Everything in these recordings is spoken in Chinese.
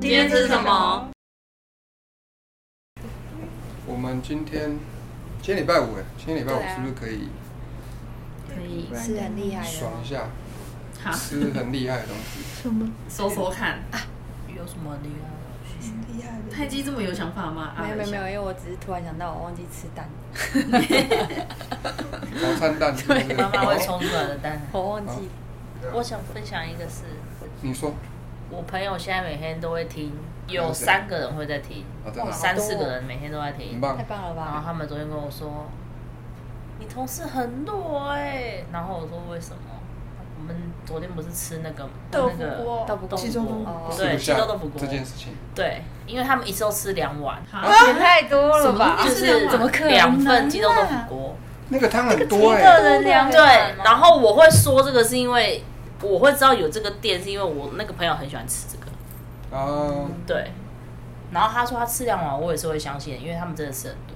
今天吃什么？我们今天今天礼拜五哎，今天礼拜五对啊是不是可以可以是很厉害的爽吗一下，好吃很厉害的东西？搜搜看，有什么厉害？厉害的。泰姬这么有想法吗？啊没有没有没有，因为我只是突然想到我忘记吃蛋，早餐蛋是不是？妈妈会冲出来的蛋。我忘记。我想分享一个是，你说，我朋友现在每天都会听，有三个人会在听哦真的，啊三四个人每天都在听很。棒太。棒了然后吧！他们昨天跟我说，你同事很弱哎、然后我说为什么？我们昨天不是吃那个豆腐那个锅豆腐锅鸡中中锅哦吃对，不鸡下肉豆腐锅这，件事情，对，因为他们一次都吃两碗，好，也太多了吧！就吃两是碗怎么可能呢两份鸡肉豆腐锅，那个汤很多个哎，人两对，然后我会说这个是因为我会知道有这个店，是因为我那个朋友很喜欢吃这个，啊，对。然后他说他吃两碗，我也是会相信，因为他们真的吃很多，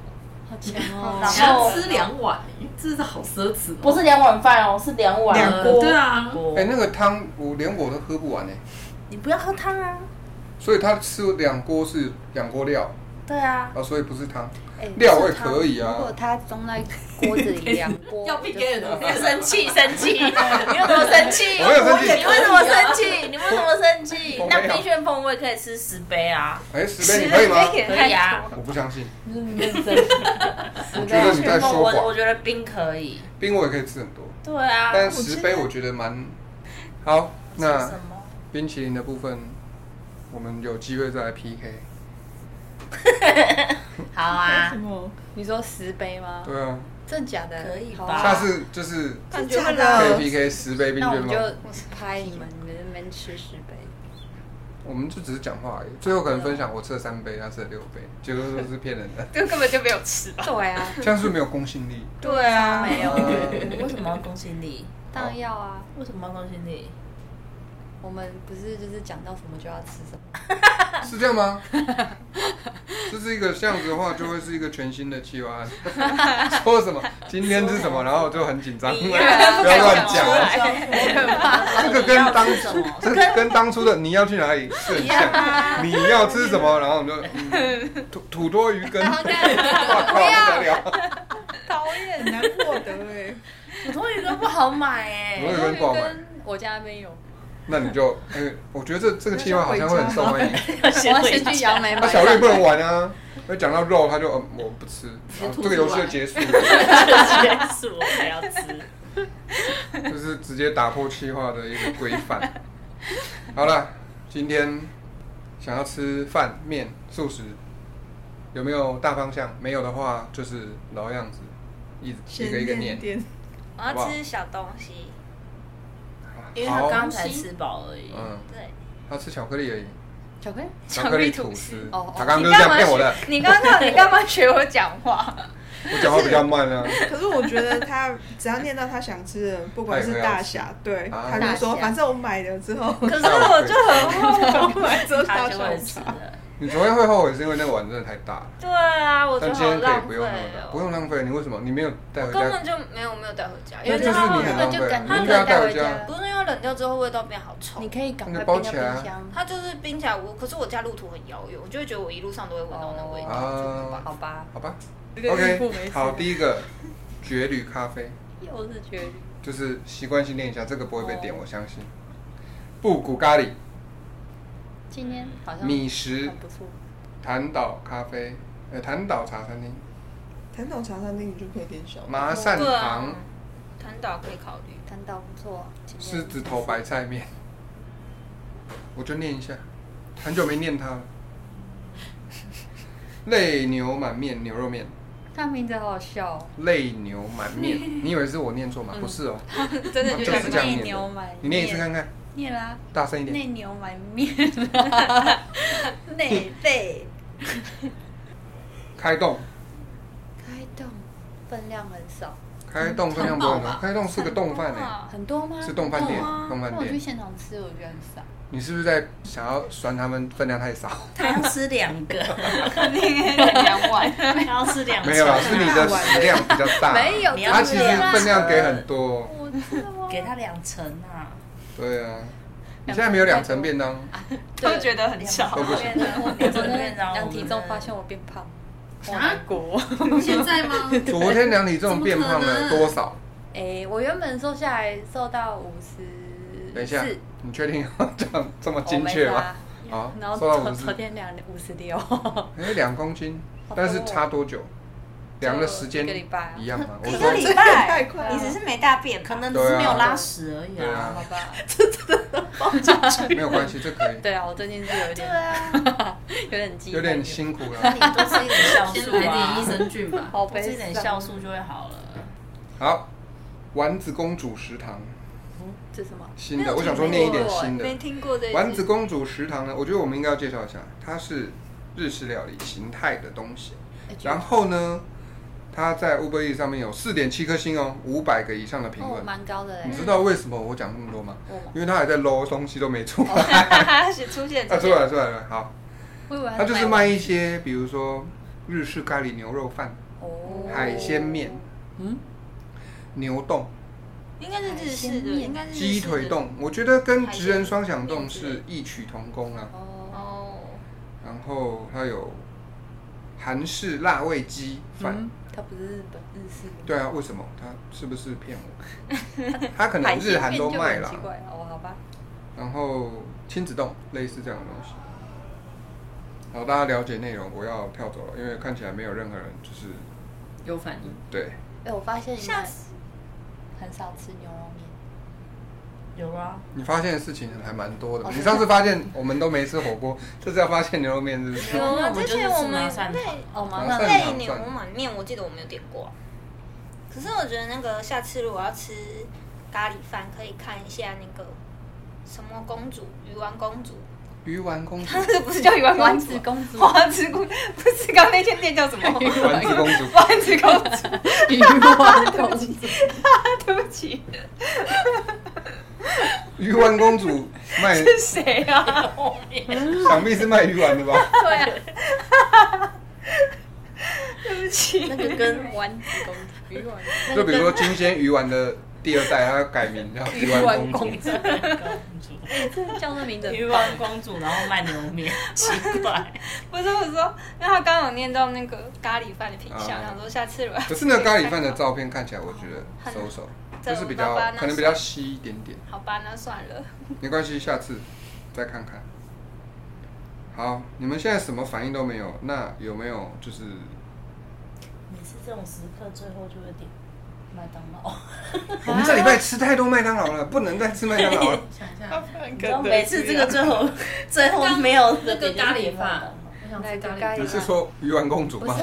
好强哦！然想后要吃两碗，这是好奢侈哦。不是两碗饭哦，是两碗两锅。对啊锅哎，那个汤我连我都喝不完哎，你不要喝汤啊。所以他吃两锅是两锅料对啊，啊，所以不是汤，哎料我也可以啊如果它装在锅子里两锅， 要 不给人你 生气生气， 你为什么生气？ 我没有生气你为什么生气？你为什么生气我？没那有冰旋风我也可以吃十杯啊，哎，十杯你可以吗？可以啊。我不相信， 我觉得你在说我谎我觉得冰可以。冰我也可以吃很多，对啊，但十杯我觉得蛮好。吃那什么？冰淇淋的部分，我们有机会再来 PK。好啊，你说十杯吗？对啊，真假的？可以吧好下啊次就是感觉不可以到。 PK 十杯冰那我卷们就吗？拍你们，你们在那边吃十杯，我们就只是讲话而已，最后可能分享我吃了三杯，他吃了六杯，结果都是骗人 的，这根本就没有吃吧？对啊，这样是不是没有公 信力。对啊没有。嗯为什么要公信力？当然要啊。为什么要公信力？我们不是就是讲到什么就要吃什么，是这样吗？ 这是一个这样子的话，就会是一个全新的 计划案。说什么今天是什么，然后就很紧张， 不要乱讲啊。 这个跟当初，这个跟当初的你要去啊哪里是很像。你要吃什么，然后我们就、嗯土土多鱼羹，哇靠，不得了！讨厌，难过的哎。普通鱼羹不好买哎、欸土多鱼羹不好买，我家那边有，那你就，哎、我觉得这这个计划好 像会很受欢迎。要我要先去杨梅那买。小绿不能玩啊，会讲到肉，他就嗯我不吃，然后这个游戏就结束了。结束，我还要吃。 就是直接打破气化的一个规范。好了，今天想要吃饭、面、素食，有没有大方向？没有的话，就是老样子，一一个一个念。我好不好要吃小东西，因为他好，刚才吃饱而已。嗯，对，他吃巧克力而已，巧克力，巧克力吐司。哦哦他刚刚就是这样骗我的，你刚 刚你干嘛学我讲话？我讲话比较慢啊。 可是我觉得他只要念到他想吃的，不管是大侠，对，啊他就大说侠反正我买了之后，可是 我就很后悔。我买之后他他就就会会吃吃。的。你昨天会后悔是因为那个碗真的太大了，对啊，哦我觉但得今好天可以浪不费用那么大，不哦。用浪费。你为什么？你没有带回根本家？就没有没有带回家，因那为就是它你很浪费，你应该要带回家。不是因为冷掉之后味道变好臭你，可以赶快那个包冰到起来啊冰箱。它就是冰起来我，可是我家路途很遥远，我就会觉得我一路上都会闻到那味啊道，哦真的吧？好吧，好吧个一步，OK，没事好，第一个绝旅咖啡。又是绝育。就是习惯性练一下，这个不会被点，我相信。布谷咖喱、今天好像米食很、不错，潭岛咖啡、呃潭岛茶餐厅、谭总茶餐厅你就可以点小的，麻善对啊堂、，摊岛可以考虑。摊到不错。今天狮子头白菜面，我就念一下，很久没念它了。泪牛满面牛肉面，他名字好好笑哦，泪牛满面，你以为是我念错吗？不是 哦，真的就是就是这样念的内牛牛满你念一次看看，念啦，大声一点。内牛满面，内内开动，开动，分量很少，开动分量不很高，开动是个冻饭 哎，啊很多吗？哦是冻饭店，冻饭那我去店。现场吃，我觉得很少。你是不是在想要酸他们分量 太少？他要吃两个，两碗，他要吃两个。没有啊，是你的食量比较大。没有你要他吃其实两分量给很嗯层，多，我知道啊给他两层啊。对啊，你现在没有两层便当，啊都觉得很小。都不行我我两昨层天便当，量体重发现我变 胖，啊，国，现在吗？昨天量体重变怎胖么可了能多少？哎、我原本瘦下来瘦到五十，等一下，你确定要这样这么哦精没确吗差？好，哦然后瘦到昨五昨十，天量五十六， 哎，两公斤好多哦，但是差多久？量的时间一个礼拜啊一样吗？我一说个礼太拜快，了你只是没大便吧，可能对啊是没有拉屎。屎而已对啊，啊好，吧？没有关系，这可以，对啊，啊我最近是有一点， 有点饥饿，有点辛苦那了。你多吃一点酵先素来点益啊，生菌吧。好多吃一悲点伤酵。素就会好了。好，丸子公主食堂这是什么？新的，我想说念一点新的。哎没听过这一丸子句公主食堂呢，我觉得我们应该要介绍一下，它是日式料理形态的东西。哎然后呢，它在 Uber E 上面有四点七颗星哦，五百个以上的评哦论，。嗯蛮高的嘞你。知道为什么我讲那么多吗？我吗因为它还在捞东西都没出来，出现呃啊，出来了出来了，好，我以为它就是卖一些，比如说日式咖喱牛肉饭、哦海鲜面、嗯，牛冻、应该是日式的，应该是日式的鸡腿。冻，我觉得跟海鲜职人双响面冻之类是异曲同工啊。哦，哦，然后它有韩式辣味鸡饭。嗯，它不是日本日式的，对啊，为什么他是不是骗我？ 他可能海鲜日韩面都就卖很啦奇，怪哦，好吧，然后亲子冻类似这样的东西。好，大家了解内容，我要跳走了，因为看起来没有任何人就是有反应，对哎，我发现你吓们死！很少吃牛肉面，有啊，你发现的事情还蛮多的。哦你上次发现我们都没吃火锅，这次要发现牛肉面是不是？有啊，我们之就是前我吃麻们蒜对哦，麻麻辣蒜面配牛满面，我记得我没有点过啊、可是我觉得那个下次如果要吃咖喱饭，可以看一下那个什么公主鱼丸公主，鱼丸公 主，这不是叫鱼丸丸公子主，公 主，丸子公不是刚刚那间店叫什么？丸子公主，丸子公主，鱼丸公主，对不起，鱼丸公主 卖谁啊？后面想必是卖鱼丸的吧？啊那个 跟丸子公主，鱼丸公主，就比如说金鲜鱼丸的第二代，它改名叫鱼丸公主。主， 叫这名字鱼丸公主，然后卖牛 面，奇怪。不是我说，因为他刚刚有念到那个咖喱饭的品相，啊想说下次如果可是那个咖喱饭的照片看起来，我觉得收手，很就是比较在我爸爸那可能比较稀一点点，好吧，那算了。没关系，下次再看看。好，你们现在什么反应都没有，那有没有就是每次这种时刻，最后就会点麦当劳。 我们这礼拜吃太多麦当劳了，不能再吃麦当劳了。想一下你知道每次这个最后最后没有的那个咖喱点就是麦当劳饭，我想吃那个咖咖喱喱 你饭。是说鱼丸公主吗？不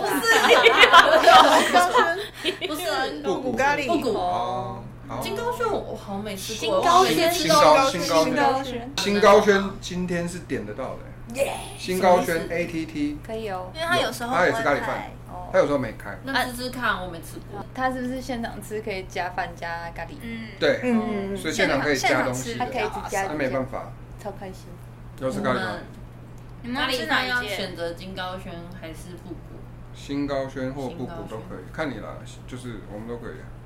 是不骨咖喱不骨哦，好。金高轩，我好像没吃过。金高轩新新高新高新轩，高轩，新高轩今天是点得到的。新高轩 ATT，可以哦，因为他有时候它也会是咖喱饭卖，，哦它，有时候没开。那吃吃看，我没吃过。它哦是不是现场吃可以加饭加咖喱？嗯，对，嗯，所以现场可以加东西现的它场，可以一直加，那没办法，超开心。都是我咖喱饭们。你咖们喱吃饭哪要一间？选择金高轩还是复古？新高轩或布谷都可以，看你啦，就是我们都可以，啊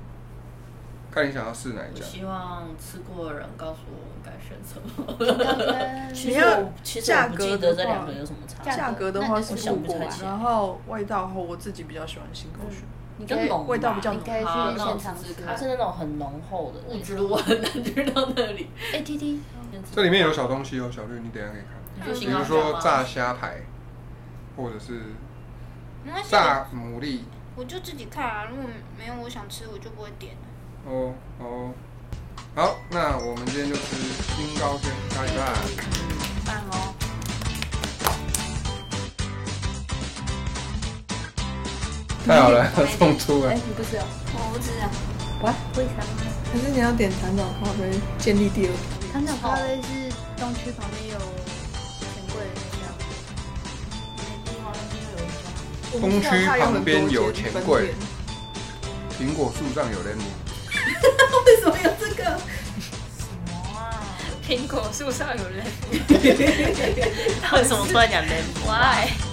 看你想要试哪一我家。希望吃过的人告诉我我该选什刚么。刚其实我其实我不记得这两个有什么差。价格的话是那你火就想不锅太，起来嗯然后味道的话我自己比较喜欢新高轩，你就可以浓味道吧比较 你浓。可以好去那我现试场试吃看它 是那种很浓厚的，我觉得我很难去到那里。 A 哎 T T，这里面有小东西哦，小绿，你等一下可以看，你说比新如高说轩炸吗？虾排，或者是没关系，炸牡蛎。我就自己看啊。如果没有我想吃，我就不会点了。哦哦，好，那我们今天就吃新高轩咖喱饭。饭哦。太好了，送出了哎，。你不吃哦？我不吃啊，可是你要点糖岛咖啡，建立第二个。糖厂咖啡是东区旁边有钱柜的那家，东区旁边有钱钱柜，苹果树上有人母。为什么有这个？ 苹果树上有人。 为什么突然讲 lemon？ Why？